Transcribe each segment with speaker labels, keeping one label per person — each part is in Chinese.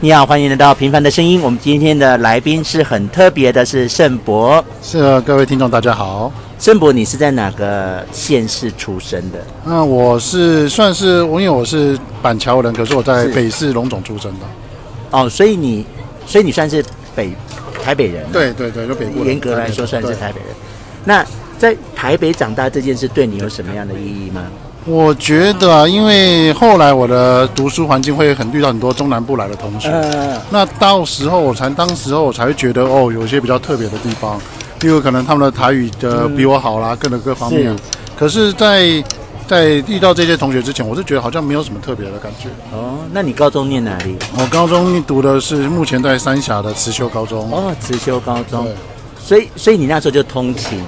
Speaker 1: 你好，欢迎来到《平凡的声音》。我们今天的来宾是很特别的，是盛博。
Speaker 2: 是啊，各位听众大家好。
Speaker 1: 盛博，你是在哪个县市出生的？
Speaker 2: 那我是算是我，因为我是板桥人，可是我在
Speaker 1: 是
Speaker 2: 北市龙总出生的。
Speaker 1: 哦，所以你，所以你算是北台北人。，
Speaker 2: 对对对，就北部人。
Speaker 1: 严格来说算是
Speaker 2: 对
Speaker 1: 台北人。那在台北长大这件事对你有什么样的意义吗？
Speaker 2: 我觉得啊，因为后来我的读书环境会很遇到很多中南部来的同学，
Speaker 1: 呃，
Speaker 2: 那到时候我才当时候我才会觉得哦，有一些比较特别的地方，例如可能他们的台语的比我好啦，各种各方面
Speaker 1: 是。
Speaker 2: 可嗯是在在遇到这些同学之前，我是觉得好像没有什么特别的感觉。
Speaker 1: 哦，那你高中念哪里？
Speaker 2: 我高中读的是目前在三峡的慈修高中。
Speaker 1: 哦，慈修高中
Speaker 2: 对。
Speaker 1: 所以，所以你那时候就通勤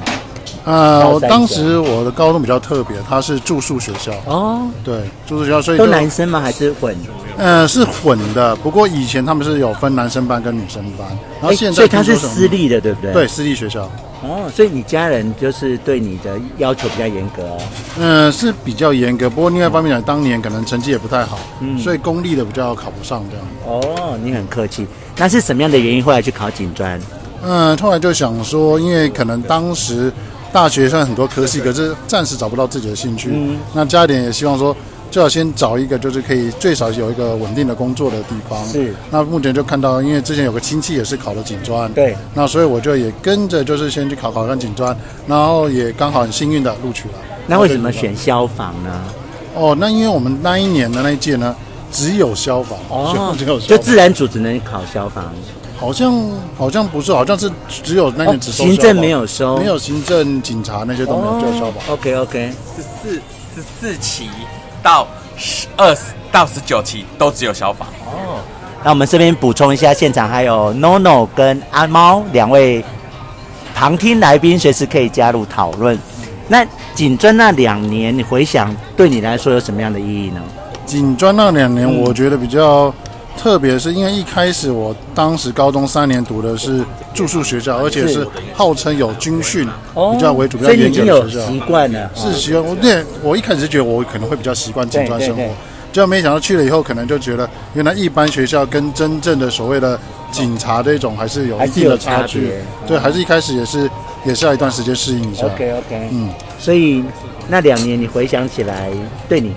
Speaker 2: 呃，
Speaker 1: 高
Speaker 2: 我
Speaker 1: 三
Speaker 2: 当
Speaker 1: 生
Speaker 2: 时我的高中比较特别，它是住宿学校，
Speaker 1: 哦？
Speaker 2: 对，住宿学校，所以
Speaker 1: 都
Speaker 2: 就
Speaker 1: 男生吗？还是混？
Speaker 2: 呃是混的。不过以前他们是有分男生班跟女生班，然后
Speaker 1: 哎
Speaker 2: 哦现在
Speaker 1: 所以他
Speaker 2: 听
Speaker 1: 是
Speaker 2: 说什么
Speaker 1: 私，立的，对不对？
Speaker 2: 对，私立学校，
Speaker 1: 哦，所以你家人就是对你的要求比较严格哦。
Speaker 2: 呃是比较严格。不过另外一方面讲，当年可能成绩也不太好，
Speaker 1: 嗯
Speaker 2: 所以公立的比较考不上这样。
Speaker 1: 哦，你很客气。那是什么样的原因后来去考警专？
Speaker 2: 嗯，后来就想说，因为可能当时大学上很多科系，可是暂时找不到自己的兴趣。
Speaker 1: 嗯
Speaker 2: 那家里人也希望说，最好先找一个就是可以最少有一个稳定的工作的地方。
Speaker 1: 是。
Speaker 2: 那目前就看到，因为之前有个亲戚也是考了警专。
Speaker 1: 对。
Speaker 2: 那所以我就也跟着，就是先去考考看警专，然后也刚好很幸运的录取了。
Speaker 1: 那为什么选消防呢？
Speaker 2: 哦，那因为我们那一年的那一届呢，只有消防， 只有消
Speaker 1: 哦就
Speaker 2: 防，
Speaker 1: 自然组只能考消防，
Speaker 2: 好像好像不是，好像是只有那
Speaker 1: 哦
Speaker 2: 年只收消
Speaker 1: 行政
Speaker 2: 防
Speaker 1: 没有收，
Speaker 2: 没有行政、警察那些
Speaker 1: 哦
Speaker 2: 都没有，就消防。
Speaker 1: OK OK，
Speaker 3: 十四十四期到十二十到十九期都只有消防。
Speaker 1: 那我们这边补充一下，现场还有 NONO 跟阿猫两位旁听来宾，随时可以加入讨论。那警专那两年，你回想对你来说有什么样的意义呢？
Speaker 2: 警专那两
Speaker 1: 嗯
Speaker 2: 年，我觉得比较特别，是因为一开始我当时高中三年读的是住宿学校，而且是号称有军训比较为主、比较
Speaker 1: 哦所以你已
Speaker 2: 严
Speaker 1: 经
Speaker 2: 格
Speaker 1: 有
Speaker 2: 的学校
Speaker 1: 习。惯了，
Speaker 2: 是习惯，我那我一开始就觉得我可能会比较习惯警专生活
Speaker 1: 对对对，
Speaker 2: 结果没想到去了以后，可能就觉得原来一般学校跟真正的所谓的警察这种还是有一定的差
Speaker 1: 还是有
Speaker 2: 嗯
Speaker 1: 差
Speaker 2: 距
Speaker 1: 别。
Speaker 2: 对，还是一开始也是也是要一段时间适应一下。
Speaker 1: OK OK，
Speaker 2: 嗯，
Speaker 1: 所以那两年你回想起来，对你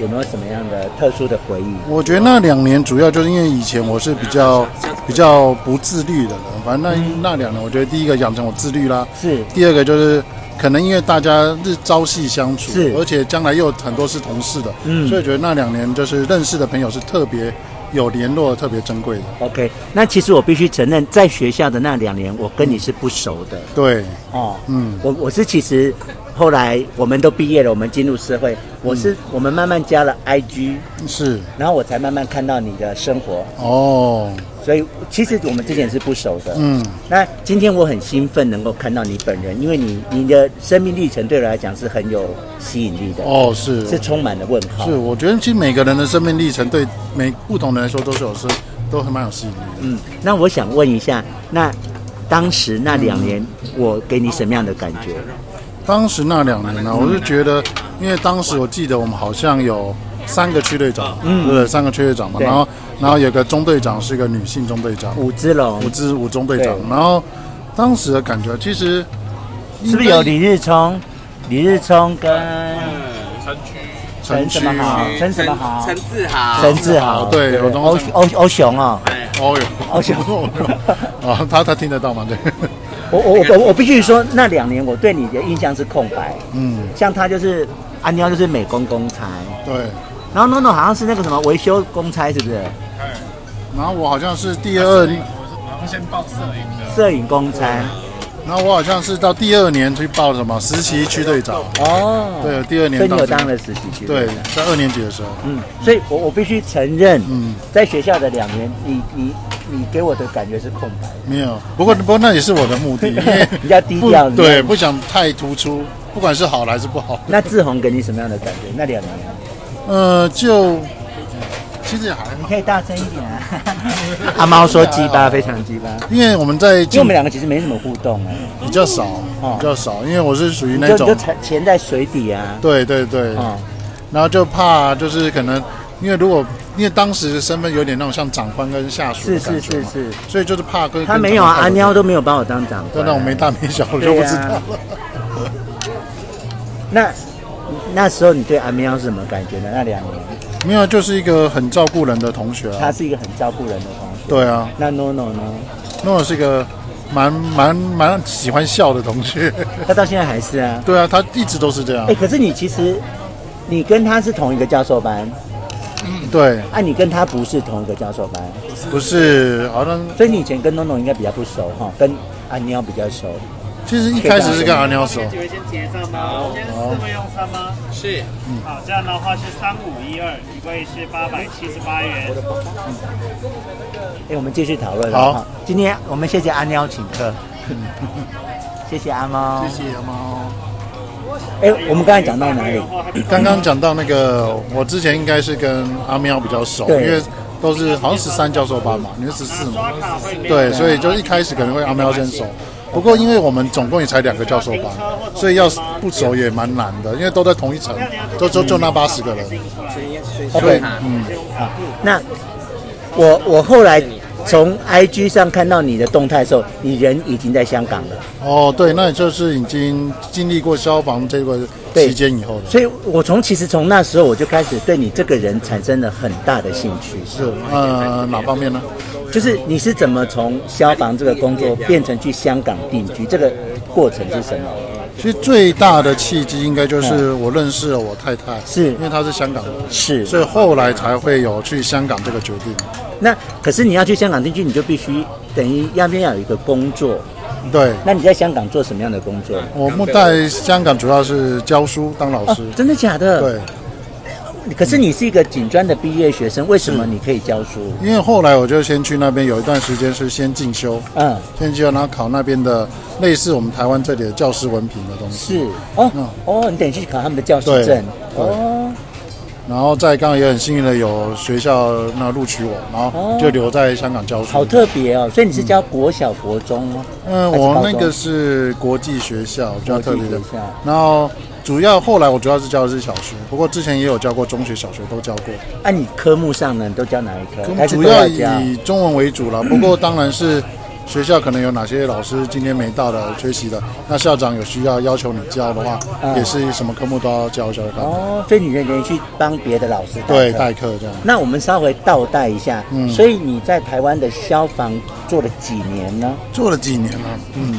Speaker 1: 有没有什么样的特殊的回忆？
Speaker 2: 我觉得那两年主要就是因为以前我是比较比较不自律的人，反正那、那两年，我觉得第一个养成我自律啦，
Speaker 1: 嗯是
Speaker 2: 第二个就是可能因为大家日朝夕相处
Speaker 1: 是，
Speaker 2: 而且将来又有很多是同事的，
Speaker 1: 嗯
Speaker 2: 所以觉得那两年就是认识的朋友是特别有联络、特别珍贵的。
Speaker 1: OK，那其实我必须承认，在学校的那两年，我跟你是不熟的
Speaker 2: 对，
Speaker 1: 哦。
Speaker 2: 嗯，
Speaker 1: 我我是其实后来我们都毕业了，我们进入社会，我是、我们慢慢加了 IG，
Speaker 2: 是
Speaker 1: 然后我才慢慢看到你的生活，
Speaker 2: 哦，
Speaker 1: 所以其实我们之前是不熟的。
Speaker 2: 嗯，
Speaker 1: 那今天我很兴奋能够看到你本人，因为你你的生命历程对我来讲是很有吸引力的，
Speaker 2: 哦，是
Speaker 1: 是充满了问号。
Speaker 2: 是，我觉得其实每个人的生命历程对每不同人来说都是有是都很蛮有吸引力的。
Speaker 1: 嗯，那我想问一下，那当时那两年，我给你什么样的感觉？
Speaker 2: 当时那两年呢、
Speaker 1: 嗯
Speaker 2: 我是觉得，因为当时我记得我们好像有三个区队长，嗯，对不对？三个区队长嘛，
Speaker 1: 对
Speaker 2: 然后然后有个中队长是一个女性中队长，
Speaker 1: 五只龙
Speaker 2: 五支五中队长
Speaker 1: 对，
Speaker 2: 然后当时的感觉其实
Speaker 1: 是不是有李日聪？李日聪跟
Speaker 2: 啊城区
Speaker 1: 陈什么好陈什么豪
Speaker 3: 陈志豪，
Speaker 1: 陈志豪，
Speaker 2: 哦对
Speaker 1: 不
Speaker 2: 我
Speaker 1: 欧
Speaker 2: 懂
Speaker 1: 欧欧雄哦，
Speaker 2: 哦哟，
Speaker 1: 哦是
Speaker 2: 哦哟啊，他他听得到吗？对，
Speaker 1: 我我我我必须说，那两年我对你的印象是空白，
Speaker 2: 嗯，
Speaker 1: 像他就是安妞就是美工公差，
Speaker 2: 对。
Speaker 1: 然后 NONO 好像是那个什么维修公差，是不是？
Speaker 2: 嗯然后我好像是第二，
Speaker 1: 摄影公差
Speaker 2: 然后我好像是到第二年去报什么实习区队长，
Speaker 1: 哦，
Speaker 2: 对，第
Speaker 1: 所
Speaker 2: 二
Speaker 1: 以
Speaker 2: 年
Speaker 1: 你
Speaker 2: 到
Speaker 1: 有
Speaker 2: 这个
Speaker 1: 当了实习生
Speaker 2: 对，在二年级的时候，
Speaker 1: 嗯，所以我我必须承认，
Speaker 2: 嗯。
Speaker 1: 在学校的两年，你你你给我的感觉是空白。
Speaker 2: 没有，不过不过那也是我的 目的，因
Speaker 1: 比
Speaker 2: 为
Speaker 1: 较低调
Speaker 2: 不
Speaker 1: 你
Speaker 2: 对，
Speaker 1: 看
Speaker 2: 不想太突出，不管是好的还是不好。
Speaker 1: 那志宏给你什么样的感觉？那两年，嗯
Speaker 2: 呃，就其实也还
Speaker 1: 你
Speaker 2: 好，
Speaker 1: 可以大声一点啊！ 阿猫说鸡 巴非常鸡巴，
Speaker 2: 因为我们在
Speaker 1: 因为我们两个其实没什么互动哎、
Speaker 2: 比较少
Speaker 1: 哦，
Speaker 2: 比较少，因为我是属于
Speaker 1: 你
Speaker 2: 那
Speaker 1: 就你就
Speaker 2: 种，
Speaker 1: 沉潜在水底啊。
Speaker 2: 对对对，
Speaker 1: 啊、
Speaker 2: 然后就怕就是可能，因为如果因为当时的身份有点那种像长官跟下属的
Speaker 1: 是
Speaker 2: 感
Speaker 1: 是
Speaker 2: 觉
Speaker 1: 是
Speaker 2: 嘛，
Speaker 1: 是，
Speaker 2: 所以就是怕跟
Speaker 1: 他没有啊，阿喵都
Speaker 2: 都
Speaker 1: 没有把我当长
Speaker 2: 都
Speaker 1: 官，啊
Speaker 2: 那种没大没小的就
Speaker 1: 对啊
Speaker 2: 不
Speaker 1: 呀
Speaker 2: 知道了。
Speaker 1: 啊那那时候你对阿喵是什么感觉呢？那两年，
Speaker 2: 没有，就是一个很照顾人的同学啊
Speaker 1: 他。是一个很照顾人的同学。
Speaker 2: 对啊，
Speaker 1: 那 NONO 呢？
Speaker 2: 那我是一个蛮蛮蛮喜欢笑的同学。
Speaker 1: 他到现在还是啊。
Speaker 2: 对啊，他一直都是这样
Speaker 1: 哎、。可是你其实你跟他是同一个教授班，
Speaker 2: 对，
Speaker 1: 啊，你跟他不是同一个教授班，
Speaker 2: 不是，好像
Speaker 1: 所以你以前跟 NONO 应该比较不熟哈，跟阿喵比较熟。
Speaker 2: 其实一开始是跟阿喵熟
Speaker 4: 那。几位先结账吗？我们今天四位用餐吗？
Speaker 3: 是
Speaker 4: 好，这样的话是三五一二，一位是八百七十八元。
Speaker 1: 哎、我们继续讨论了
Speaker 2: 好
Speaker 1: 哈。今天我们谢谢阿喵请客， 谢谢阿猫。
Speaker 2: 谢阿猫。
Speaker 1: 哎、我们刚才讲到哪里？
Speaker 2: 刚刚讲到那个，我之前应该是跟阿喵比较熟，因
Speaker 1: 对
Speaker 2: 为都是好像十三教授班嘛，你是十四嘛
Speaker 4: 刷，卡会没有
Speaker 2: 嗯对，所以就一开始可能会阿喵先熟。不过因为我们总共也才两个教授班，所以要不熟也蛮难的，因为都在同一层，就就就那八十个人。对，嗯，
Speaker 1: 那我我后来从 IG 上看到你的动态的时候，你人已经在香港了，
Speaker 2: 哦，对，那也就是已经经历过消防这个期间以后了。
Speaker 1: 所以我从其实从那时候我就开始对你这个人产生了很大的兴趣，
Speaker 2: 是，呃，哪方面呢？
Speaker 1: 就是你是怎么从消防这个工作变成去香港定居，这个过程是什么？
Speaker 2: 其实最大的契机应该就是我认识了我太太，
Speaker 1: 嗯是
Speaker 2: 因为她是香港人，
Speaker 1: 是
Speaker 2: 所以后来才会有去香港这个决定。
Speaker 1: 那可是你要去香港定居，你就必须等于要边要有一个工作。
Speaker 2: 对，
Speaker 1: 那你在香港做什么样的工作？
Speaker 2: 我目在香港主要是教书当老
Speaker 1: 哦
Speaker 2: 师，，
Speaker 1: 真的假的？
Speaker 2: 对，
Speaker 1: 可是你是一个警专的毕业学生，为什么你可以教书？
Speaker 2: 因为后来我就先去那边有一段时间是先进修，
Speaker 1: 嗯，
Speaker 2: 先进修，然后考那边的类似我们台湾这里的教师文凭的东西，
Speaker 1: 是哦、
Speaker 2: 嗯
Speaker 1: 哦，你等于去考他们的教师
Speaker 2: 对
Speaker 1: 证
Speaker 2: 对
Speaker 1: 哦，
Speaker 2: 然后在刚刚也很幸运的有学校那录取我，然后就留在香港教书。
Speaker 1: 好特别哦。所以你是教国小、国中吗？
Speaker 2: 嗯，
Speaker 1: 还是
Speaker 2: 我
Speaker 1: 高
Speaker 2: 那
Speaker 1: 中
Speaker 2: 个是国际学校，比较特别的
Speaker 1: 国际学校。
Speaker 2: 然后主要后来我主要是教的是小学，不过之前也有教过中学、小学都教过。
Speaker 1: 啊，你科目上呢，你都教哪一科？
Speaker 2: 我
Speaker 1: 还
Speaker 2: 们
Speaker 1: 是
Speaker 2: 主
Speaker 1: 都
Speaker 2: 要
Speaker 1: 教？
Speaker 2: 以中文为主了， 不过当然是学校可能有哪些老师今天没到的缺席的，那校长有需要要求你教的话，
Speaker 1: 嗯
Speaker 2: 也是什么科目都要教一下的。
Speaker 1: 哦，所以你连续帮别的老师代课
Speaker 2: 对，代课这样。
Speaker 1: 那我们稍微倒带一下，
Speaker 2: 嗯
Speaker 1: 所以你在台湾的消防做了几年呢？
Speaker 2: 做了几年了？嗯，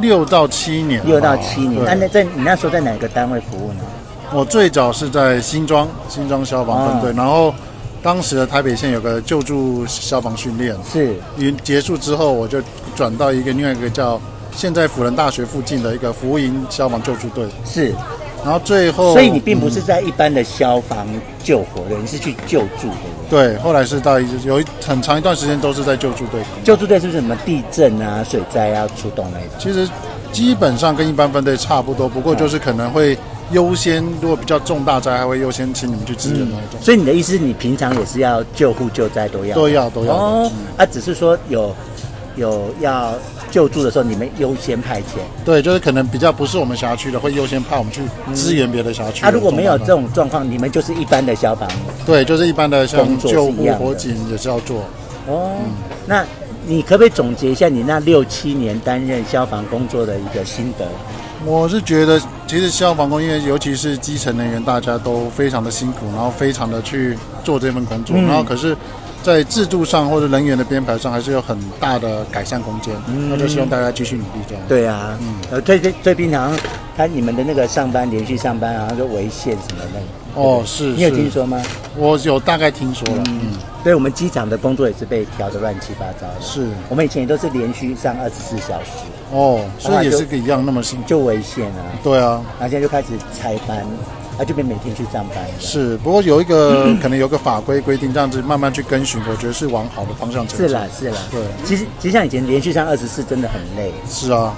Speaker 2: 六到七年吧。
Speaker 1: 六到七年。那
Speaker 2: 对
Speaker 1: 那在你那时候在哪个单位服务呢？
Speaker 2: 我最早是在新庄新庄消防
Speaker 1: 啊
Speaker 2: 分队，然后当时的台北县有个救助消防训练，
Speaker 1: 是
Speaker 2: 云结束之后，我就转到一个另外一个叫现在辅仁大学附近的一个服务营消防救助队，
Speaker 1: 是，
Speaker 2: 然后最后
Speaker 1: 所以你并不是在一般的消防救火的，你是去救助的。
Speaker 2: 对，后来是到一有一很长一段时间都是在救助队工作，
Speaker 1: 救助队是不是什么地震啊、水灾啊出动那一种？
Speaker 2: 其实基本上跟一般分队差不多，不过就是可能会优先，如果比较重大灾害会优先请你们去支援那一种，
Speaker 1: 所以你的意思，你平常也是要救护救灾都要
Speaker 2: 都要都要。
Speaker 1: 哦
Speaker 2: 嗯，
Speaker 1: 啊，只是说有有要救助的时候，你们优先派遣。
Speaker 2: 对，就是可能比较不是我们辖区的，会优先派我们去支援别的辖
Speaker 1: 嗯
Speaker 2: 区。
Speaker 1: 啊，如果没有嗯这
Speaker 2: 种，
Speaker 1: 种状况，你们就是一般的消防。
Speaker 2: 对，就是一般的像
Speaker 1: 工作是
Speaker 2: 救护
Speaker 1: 一样、的
Speaker 2: 火警也是要做。
Speaker 1: 哦，那你可不可以总结一下你那六七年担任消防工作的一个心得？
Speaker 2: 我是觉得，其实消防工业，尤其是基层人员，大家都非常的辛苦，然后非常的去做这份工作，
Speaker 1: 嗯
Speaker 2: 然后可是，在制度上或者人员的编排上，还是有很大的改善空间。那就希望大家继续努力这样。
Speaker 1: 嗯对啊，呃，最最最平常，他你们的那个上班连续上班，啊然后就违宪什么的，
Speaker 2: 哦，是，
Speaker 1: 你有
Speaker 2: 是
Speaker 1: 听？说吗？
Speaker 2: 我有大概听说了。嗯，
Speaker 1: 对我们机场的工作也是被调得乱七八糟的。
Speaker 2: 是
Speaker 1: 我们以前也都是连续上二十四小时，
Speaker 2: 哦，所以也
Speaker 1: 就是
Speaker 2: 一样那么辛苦。
Speaker 1: 就违宪啊，
Speaker 2: 对啊，
Speaker 1: 然后现在就开始拆班，啊，就变每天去上班了。
Speaker 2: 是，不过有一 个可能有个法规规定，这样子慢慢去跟循，我觉得是往好的方向前
Speaker 1: 是
Speaker 2: 进。
Speaker 1: 啦，是啦。
Speaker 2: 对，
Speaker 1: 其实其实像以前连续上二十四真的很累
Speaker 2: 是啊，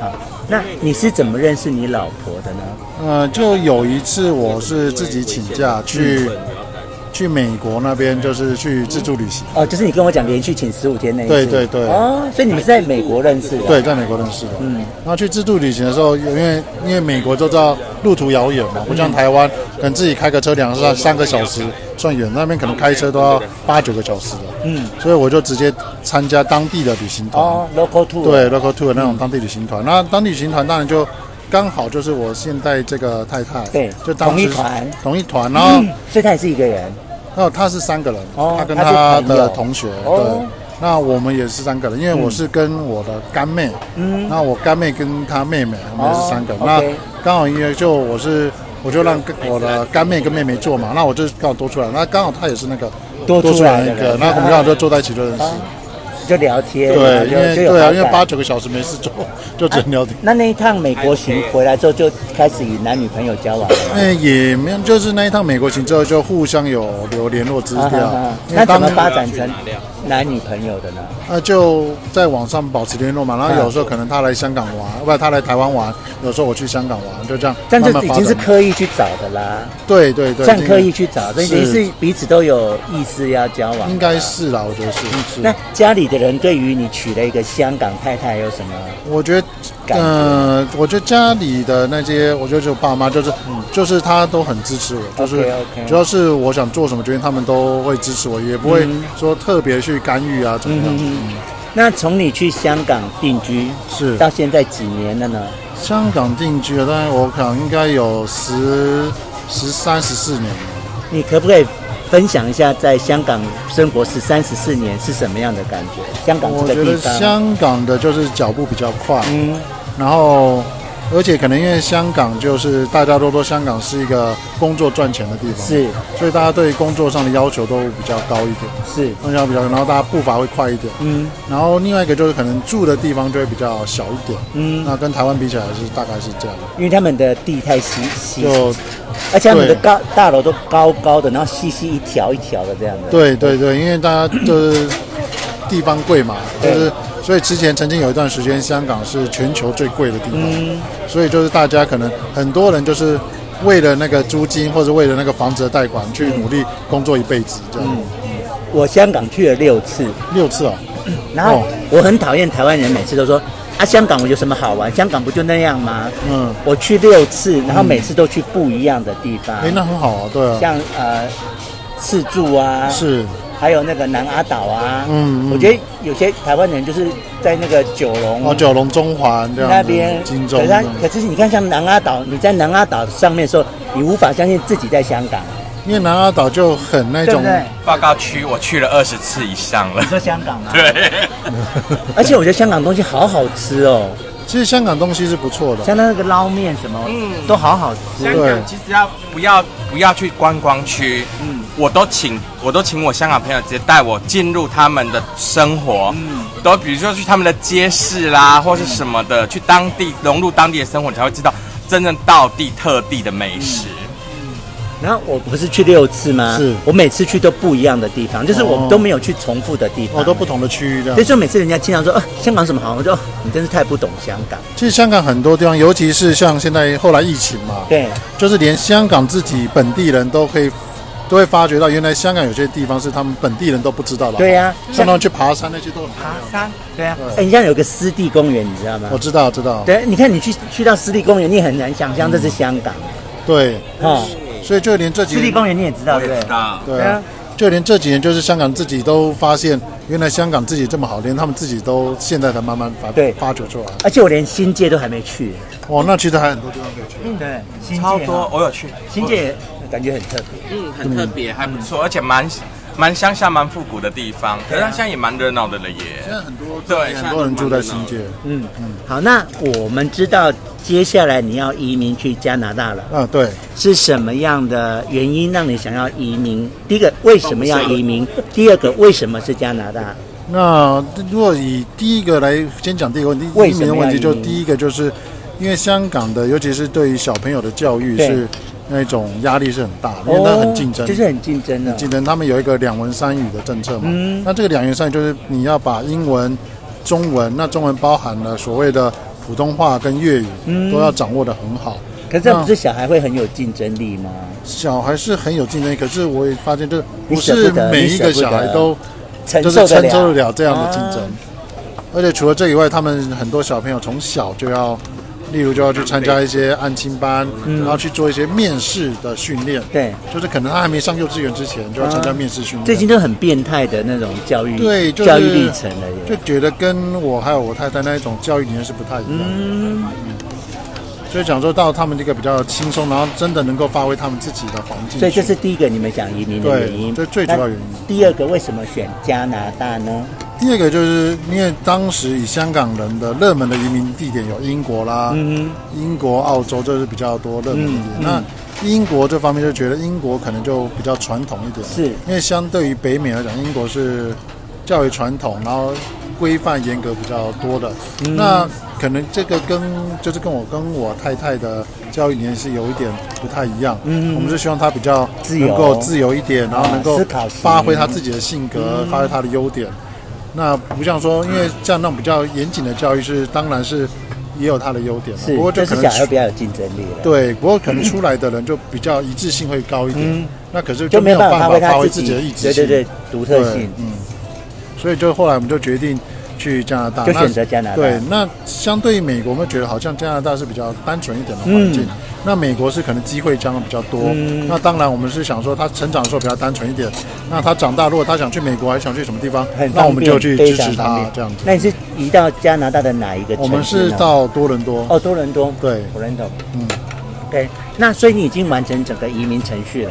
Speaker 1: 啊。那你是怎么认识你老婆的呢？
Speaker 2: 呃，就有一次我是自己请假
Speaker 1: 嗯
Speaker 2: 去去美国那边，就是去自助旅行。
Speaker 1: 哦，就是你跟我讲连续请十五天那一次。
Speaker 2: 对对对
Speaker 1: 哦，所以你们是在美国认识的。
Speaker 2: 对，在美国认识的。嗯，然后去自助旅行的时候，因为
Speaker 1: 嗯
Speaker 2: 因为美国都知道路途遥远嘛，不像台湾，可能自己开个车两三三个小时算远，那边可能开车都要八九个小时的。
Speaker 1: 嗯，
Speaker 2: 所以我就直接参加当地的旅行团。
Speaker 1: 哦，local tour，
Speaker 2: 对 local tour 那种当地旅行团。那当地旅行团当然就刚好就是我现在这个太太，
Speaker 1: 对
Speaker 2: 就当
Speaker 1: 同
Speaker 2: 时
Speaker 1: 一团
Speaker 2: 同一团，然后
Speaker 1: 嗯所以他也是一个人，
Speaker 2: 那他是三个人，
Speaker 1: 哦
Speaker 2: 他跟
Speaker 1: 他是
Speaker 2: 他
Speaker 1: 朋友
Speaker 2: 的同学，
Speaker 1: 哦
Speaker 2: 对。那我们也是三个人，因为我是跟我的干妹，
Speaker 1: 嗯
Speaker 2: 那我干妹跟她妹妹，我们也是三个。
Speaker 1: 哦
Speaker 2: 那
Speaker 1: OK
Speaker 2: 刚好因为就我是，我就让跟我的干妹跟妹妹坐嘛，那我就刚好多出来，那刚好她也是那个
Speaker 1: 多出来的
Speaker 2: 一个
Speaker 1: 人，啊
Speaker 2: 那我们刚好就坐在一起就认识。
Speaker 1: 就聊天，然后
Speaker 2: 对，
Speaker 1: 就
Speaker 2: 因为
Speaker 1: 就有
Speaker 2: 对啊，
Speaker 1: 好
Speaker 2: 因为
Speaker 1: 感
Speaker 2: 八九个小时没事做，就只能聊天。
Speaker 1: 那那一趟美国行回来之后，就开始以男女朋友交往了吗。
Speaker 2: 那也没有，就是那一趟美国行之后，就互相有留联络资
Speaker 1: 啊哈
Speaker 2: 料
Speaker 1: 哈。
Speaker 2: 因
Speaker 1: 那怎
Speaker 2: 为当
Speaker 1: 么
Speaker 2: 年
Speaker 1: 发展成男女朋友的呢？
Speaker 2: 那就在网上保持联络嘛，然
Speaker 1: 嗯
Speaker 2: 后有时候可能他来香港玩，不，他来台湾玩，有时候我去香港玩，就这样
Speaker 1: 这
Speaker 2: 慢
Speaker 1: 样
Speaker 2: 慢
Speaker 1: 就已
Speaker 2: 发
Speaker 1: 经是
Speaker 2: 展
Speaker 1: 刻意去找的啦，
Speaker 2: 对对对，
Speaker 1: 这样
Speaker 2: 已经
Speaker 1: 刻意去找，等于
Speaker 2: 是
Speaker 1: 是彼此都有意思要交往。
Speaker 2: 应该。是啦，我觉得是是。
Speaker 1: 嗯那家里的人对于你娶了一个香港太太有什么？
Speaker 2: 我觉得，
Speaker 1: 感觉嗯
Speaker 2: 呃，我觉得家里的那些，我觉得就爸妈，就是、就是他都很支持我，就是
Speaker 1: OK，OK
Speaker 2: 主要是我想做什么决定，他们都会支持我，也不会
Speaker 1: 嗯
Speaker 2: 说特别去干预啊，怎么样？
Speaker 1: 那从你去香港定居
Speaker 2: 是
Speaker 1: 到现在几年了呢？
Speaker 2: 香港定居了，但是我想应该有十十三十四年了。
Speaker 1: 你可不可以分享一下在香港生活十三十四年是什么样的感觉？香港
Speaker 2: 我
Speaker 1: 这
Speaker 2: 觉
Speaker 1: 个地
Speaker 2: 得
Speaker 1: 方，
Speaker 2: 香港的就是脚步比较快，
Speaker 1: 啊嗯，
Speaker 2: 然后而且可能因为香港就是大家都说香港是一个工作赚钱的地方，，
Speaker 1: 是
Speaker 2: 所以大家对工作上的要求都比较高一点，
Speaker 1: 是，
Speaker 2: 要求比较高，然后大家步伐会快一点。
Speaker 1: 嗯
Speaker 2: 然后另外一个就是可能住的地方就会比较小一点，
Speaker 1: 嗯，
Speaker 2: 那跟台湾比起来是大概是这样，
Speaker 1: 因为他们的地太稀稀，
Speaker 2: 就
Speaker 1: 而且他们的高大楼都高高的，然后细细一条一条的这样的。，
Speaker 2: 对对对，因为大家就是地方贵嘛，就
Speaker 1: 对
Speaker 2: 是所以之前曾经有一段时间，香港是全球最贵的地方，
Speaker 1: 嗯
Speaker 2: 所以就是大家可能很多人就是为了那个租金或者为了那个房子的贷款去努力工作一辈子这
Speaker 1: 嗯
Speaker 2: 样。
Speaker 1: 我香港去了六次，
Speaker 2: 六次啊，
Speaker 1: 然后
Speaker 2: 哦
Speaker 1: 我很讨厌台湾人每次都说啊，香港我有什么好玩？香港不就那样吗？
Speaker 2: 嗯，
Speaker 1: 我去六次，然后每次都去不一样的地方，
Speaker 2: 哎、那很好啊，对啊，
Speaker 1: 像呃赤柱啊，
Speaker 2: 是，
Speaker 1: 还有那个南阿岛啊，
Speaker 2: 嗯嗯
Speaker 1: 我觉得有些台湾人就是在那个九龙
Speaker 2: 哦，九龙中环这样
Speaker 1: 嗯
Speaker 2: 子，
Speaker 1: 那边，
Speaker 2: 金
Speaker 1: 可
Speaker 2: 钟
Speaker 1: 是它可是你看，像南阿岛，你在南阿岛上面的时候，你无法相信自己在香港，
Speaker 2: 因为南丫岛就很那
Speaker 1: 对
Speaker 2: 种
Speaker 1: 不对？
Speaker 3: 报告区我去了二十次以上了
Speaker 1: 你。说香港啊？
Speaker 3: 对，
Speaker 1: 而且我觉得香港东西好好吃哦，
Speaker 2: 其实香港东西是不错的，
Speaker 1: 像那个捞面什么，
Speaker 3: 嗯
Speaker 1: 都好好吃。
Speaker 3: 香港其实要不要不要去观光区，
Speaker 1: 嗯
Speaker 3: 我都请我都请我香港朋友直接带我进入他们的生活，
Speaker 1: 嗯
Speaker 3: 都比如说去他们的街市啦，或是什么的，去当地融入当地的生活，你才会知道真正道地特地的美食。
Speaker 1: 然后我不是去六次吗？
Speaker 2: 是
Speaker 1: 我每次去都不一样的地方，就是我
Speaker 2: 哦
Speaker 1: 都没有去重复的地方。
Speaker 2: 哦，都不。同的区域这样
Speaker 1: 所以。说每次人家经常说，呃，香港什么好，我说、哦你真是太不懂香港。
Speaker 2: 其实香港很多地方，尤其是像现在后来疫情嘛，
Speaker 1: 对，
Speaker 2: 就是连香港自己本地人都可以都会发觉到，原来香港有些地方是他们本地人都不知道的。
Speaker 1: 对呀、
Speaker 2: 像他们去爬山那些都很
Speaker 1: 爬山，对啊，哦
Speaker 2: 对
Speaker 1: 哎、你像有个湿地公园，你知道吗
Speaker 2: 我？知道知道，
Speaker 1: 对，你看你去去到湿地公园，你也很难想象这是香港
Speaker 2: 对，
Speaker 1: 哦。
Speaker 2: 所以就连这几
Speaker 1: 湿地
Speaker 2: 年，
Speaker 1: 公园你也知道对不对？
Speaker 3: 道
Speaker 2: 对
Speaker 1: 对啊
Speaker 2: 啊，就连这几年就是香港自己都发现，原来香港自己这么好，连他们自己都现在才慢慢发
Speaker 1: 对
Speaker 2: 发掘出来。
Speaker 1: 而且我连新界都还没去。
Speaker 2: 哦，那其实还很多地方可以去。
Speaker 1: 对，新啊
Speaker 3: 超多，我有去，
Speaker 1: 新界也感觉很特别。
Speaker 3: 嗯，很特别，还不错，而且蛮蛮乡下、蛮复古的地方，可是它现在也蛮热闹的了耶。
Speaker 2: 现在很多
Speaker 3: 对
Speaker 2: 很多人住在新界。
Speaker 1: 嗯，好，那我们知道接下来你要移民去加拿大了，
Speaker 2: 嗯，对，
Speaker 1: 是什么样的原因让你想要移民？第一个，为什么要移民？第二个，为什么是加拿大？
Speaker 2: 那如果以第一个来先讲第一个问题，
Speaker 1: 为
Speaker 2: 移
Speaker 1: 什么
Speaker 2: 民的问题，
Speaker 1: 要
Speaker 2: 就
Speaker 1: 移民
Speaker 2: 第一个就是因为香港的，尤其是对于小朋友的教育
Speaker 1: 对
Speaker 2: 是那种压力是很大的，因为它很竞争，
Speaker 1: 哦就是很竞争的。
Speaker 2: 竞争。他们有一个两文三语的政策嘛，
Speaker 1: 嗯
Speaker 2: 那这个两文三语就是你要把英文、中文，那中文包含了所谓的普通话跟粤语，
Speaker 1: 嗯
Speaker 2: 都要掌握的很好。
Speaker 1: 啊可是这样不是小孩会很有竞争力吗？
Speaker 2: 小孩是很有竞争力，可是我也发现，就是
Speaker 1: 你
Speaker 2: 不
Speaker 1: 舍不
Speaker 2: 是
Speaker 1: 得你
Speaker 2: 每一
Speaker 1: 舍
Speaker 2: 个
Speaker 1: 不
Speaker 2: 小孩
Speaker 1: 得
Speaker 2: 都
Speaker 1: 承
Speaker 2: 就
Speaker 1: 受
Speaker 2: 是
Speaker 1: 得
Speaker 2: 承
Speaker 1: 了哦
Speaker 2: 受得了这样的竞争
Speaker 1: 啊。
Speaker 2: 而且除了这以外，他们很多小朋友从小就要例如就要去参加一些安亲班，然后去做一些面试的训练。
Speaker 1: 嗯对，
Speaker 2: 就是可能他还没上幼稚园之前就要参加面试训练。
Speaker 1: 这已经都很变态的那种教育，
Speaker 2: 对就是
Speaker 1: 教育历程了
Speaker 2: 就
Speaker 1: 耶。
Speaker 2: 觉得跟我还有我太太那一种教育理念是不太一样的，
Speaker 1: 嗯，
Speaker 2: 所以想说到他们这个比较轻松，然后真的能够发挥他们自己的环境去。
Speaker 1: 所以这是第一个你们想移民的原因，
Speaker 2: 对这最主要原因
Speaker 1: 那第二个为什么选加拿大呢？
Speaker 2: 第二个，就是因为当时以香港人的热门的移民地点有英国啦，
Speaker 1: 嗯
Speaker 2: 英国、澳洲这是比较多热门的
Speaker 1: 嗯
Speaker 2: 点。那英国这方面就觉得英国可能就比较传统一点，
Speaker 1: 是
Speaker 2: 因为相对于北美来讲，英国是较为传统，然后规范严格比较多的。
Speaker 1: 嗯
Speaker 2: 那可能这个跟就是跟我跟我太太的教育理念是有一点不太一样。
Speaker 1: 嗯
Speaker 2: 我们是希望她比较
Speaker 1: 自由
Speaker 2: 能够自由一点，然后
Speaker 1: 啊
Speaker 2: 能够
Speaker 1: 思考嗯型
Speaker 2: 发挥她自己的性格，发挥她的优点。那不像说，因为像那种比较严谨的教育是，当然是也有它的优点嘛，
Speaker 1: 是
Speaker 2: 不过，就
Speaker 1: 就
Speaker 2: 可
Speaker 1: 是
Speaker 2: 能
Speaker 1: 小孩
Speaker 2: 出
Speaker 1: 比较有竞争力了。
Speaker 2: 对，不过可能出来的人就比较一致性会高一点，
Speaker 1: 嗯
Speaker 2: 那可是
Speaker 1: 就
Speaker 2: 没
Speaker 1: 没有
Speaker 2: 有
Speaker 1: 办
Speaker 2: 办
Speaker 1: 法
Speaker 2: 法
Speaker 1: 发挥他
Speaker 2: 发挥
Speaker 1: 自
Speaker 2: 己的
Speaker 1: 己
Speaker 2: 意志
Speaker 1: 对
Speaker 2: 性，
Speaker 1: 对对独特性。
Speaker 2: 嗯，所以就后来我们就决定去加拿大，
Speaker 1: 就
Speaker 2: 那
Speaker 1: 选择加拿大
Speaker 2: 对，那相对于美国，我们觉得好像加拿大是比较单纯一点的环境，
Speaker 1: 嗯
Speaker 2: 那美国是可能机会相对比较多。
Speaker 1: 嗯
Speaker 2: 那当然，我们是想说他成长的时候比较单纯一点，那他长大如果他想去美国，还想去什么地方
Speaker 1: 很，
Speaker 2: 那我
Speaker 1: 方
Speaker 2: 们
Speaker 1: 便，
Speaker 2: 就去支
Speaker 1: 非常
Speaker 2: 持
Speaker 1: 方
Speaker 2: 他
Speaker 1: 便
Speaker 2: 这样子。
Speaker 1: 那你是移到加拿大的哪一个城市呢？
Speaker 2: 我们是到多伦多，
Speaker 1: 哦，多伦多，
Speaker 2: 对
Speaker 1: 多伦多，
Speaker 2: 嗯，
Speaker 1: 对。那所以你已经完成整个移民程序了，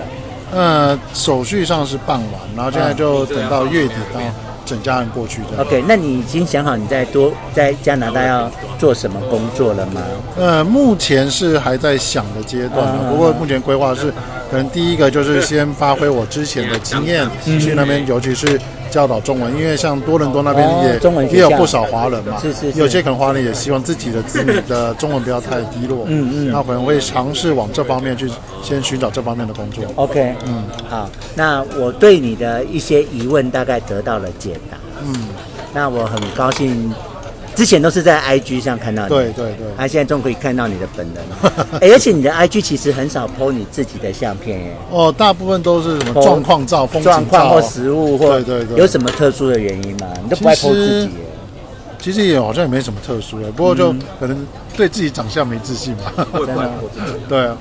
Speaker 2: 呃，手续上是办完，
Speaker 1: 啊
Speaker 2: 然后现在就等到月底到整家人过去这样。
Speaker 1: OK，那你已经想好你在多在加拿大要做什么工作了吗？
Speaker 2: 呃，目前是还在想的阶段
Speaker 1: 嗯嗯
Speaker 2: 啊
Speaker 1: 嗯，
Speaker 2: 不过目前规划是，可能第一个就是先发挥我之前的经验，
Speaker 1: 嗯
Speaker 2: 去那边尤其是教导中文，因为像多伦多那边
Speaker 1: 哦
Speaker 2: 也、
Speaker 1: 中文学
Speaker 2: 也有
Speaker 1: 校
Speaker 2: 不少华人嘛，
Speaker 1: 是是是
Speaker 2: 有些可能华人也希望自己的子女的中文不要太低落，
Speaker 1: 嗯嗯
Speaker 2: 那可能会尝试往这方面去先寻找这方面的工作。
Speaker 1: OK，嗯，好，那我对你的一些疑问大概得到了解答。
Speaker 2: 嗯，
Speaker 1: 那我很高兴，之前都是在 IG 上看到你，
Speaker 2: 对对对。
Speaker 1: 啊，现在终于可以看到你的本人了。 哎、而且你的 IG 其实很少 PO 你自己的相片耶，
Speaker 2: 哦，大部分都是什么状况照、风景照
Speaker 1: 哦状况或食物或
Speaker 2: 对对对
Speaker 1: 有什么特殊的原因吗？你都不爱 PO 自己
Speaker 2: 其
Speaker 1: 耶。
Speaker 2: 其实也好像也没什么特殊的，欸不过就
Speaker 1: 嗯
Speaker 2: 可能对自己长相没自信吧。
Speaker 3: 会不会
Speaker 1: 真的
Speaker 3: 我自己
Speaker 2: 对啊，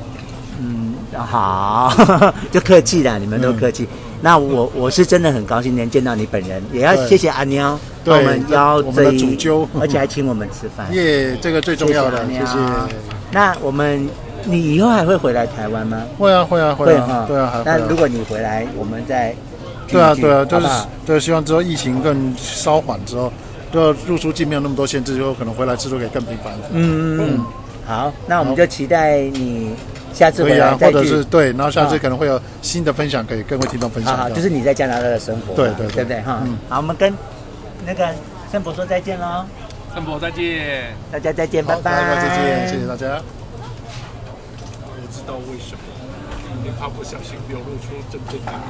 Speaker 1: 好， 就客气啦，你们都客气。
Speaker 2: 嗯
Speaker 1: 那我我是真的很高兴能见到你本人，也要
Speaker 2: 对
Speaker 1: 谢谢阿喵
Speaker 2: 嗯对
Speaker 1: 帮我们邀
Speaker 2: 我们
Speaker 1: 这
Speaker 2: 的
Speaker 1: 一，
Speaker 2: 主揪
Speaker 1: 而且还请我们吃饭，
Speaker 2: 耶，这个最重要
Speaker 1: 阿
Speaker 2: 的，谢
Speaker 1: 喵
Speaker 2: 谢。
Speaker 1: 那我们，你以后还会回来台湾吗？
Speaker 2: 会啊，会啊，会
Speaker 1: 哈
Speaker 2: 啊，对啊，还
Speaker 1: 那如
Speaker 2: 会啊。
Speaker 1: 果你回来，我们再聚一聚
Speaker 2: 对啊，对啊，就
Speaker 1: 好不
Speaker 2: 是
Speaker 1: 好？
Speaker 2: 对，希望之后疫情更稍缓之后，就入出境没有那么多限制，之后可能回来次数可以更频繁一点。
Speaker 1: 嗯嗯嗯，好，那我们就期待你下次
Speaker 2: 可
Speaker 1: 回
Speaker 2: 以啊
Speaker 1: 来，再
Speaker 2: 或
Speaker 1: 去。
Speaker 2: 者是对，然后下次
Speaker 1: 啊
Speaker 2: 可能会有新的分享，可以跟各位听众分
Speaker 1: 好
Speaker 2: 享
Speaker 1: 好，
Speaker 2: 这样。
Speaker 1: 就是你在加拿大的生活嘛，
Speaker 2: 对对对
Speaker 1: 对不对哈
Speaker 2: 嗯？
Speaker 1: 好，我们跟那个圣伯说再见喽，
Speaker 3: 郑博再见。
Speaker 1: 大家再见，拜
Speaker 2: 好，大
Speaker 1: 拜，
Speaker 2: 家再见，谢谢大家。
Speaker 5: 我知道为什么，因为他不小心流露出真正的。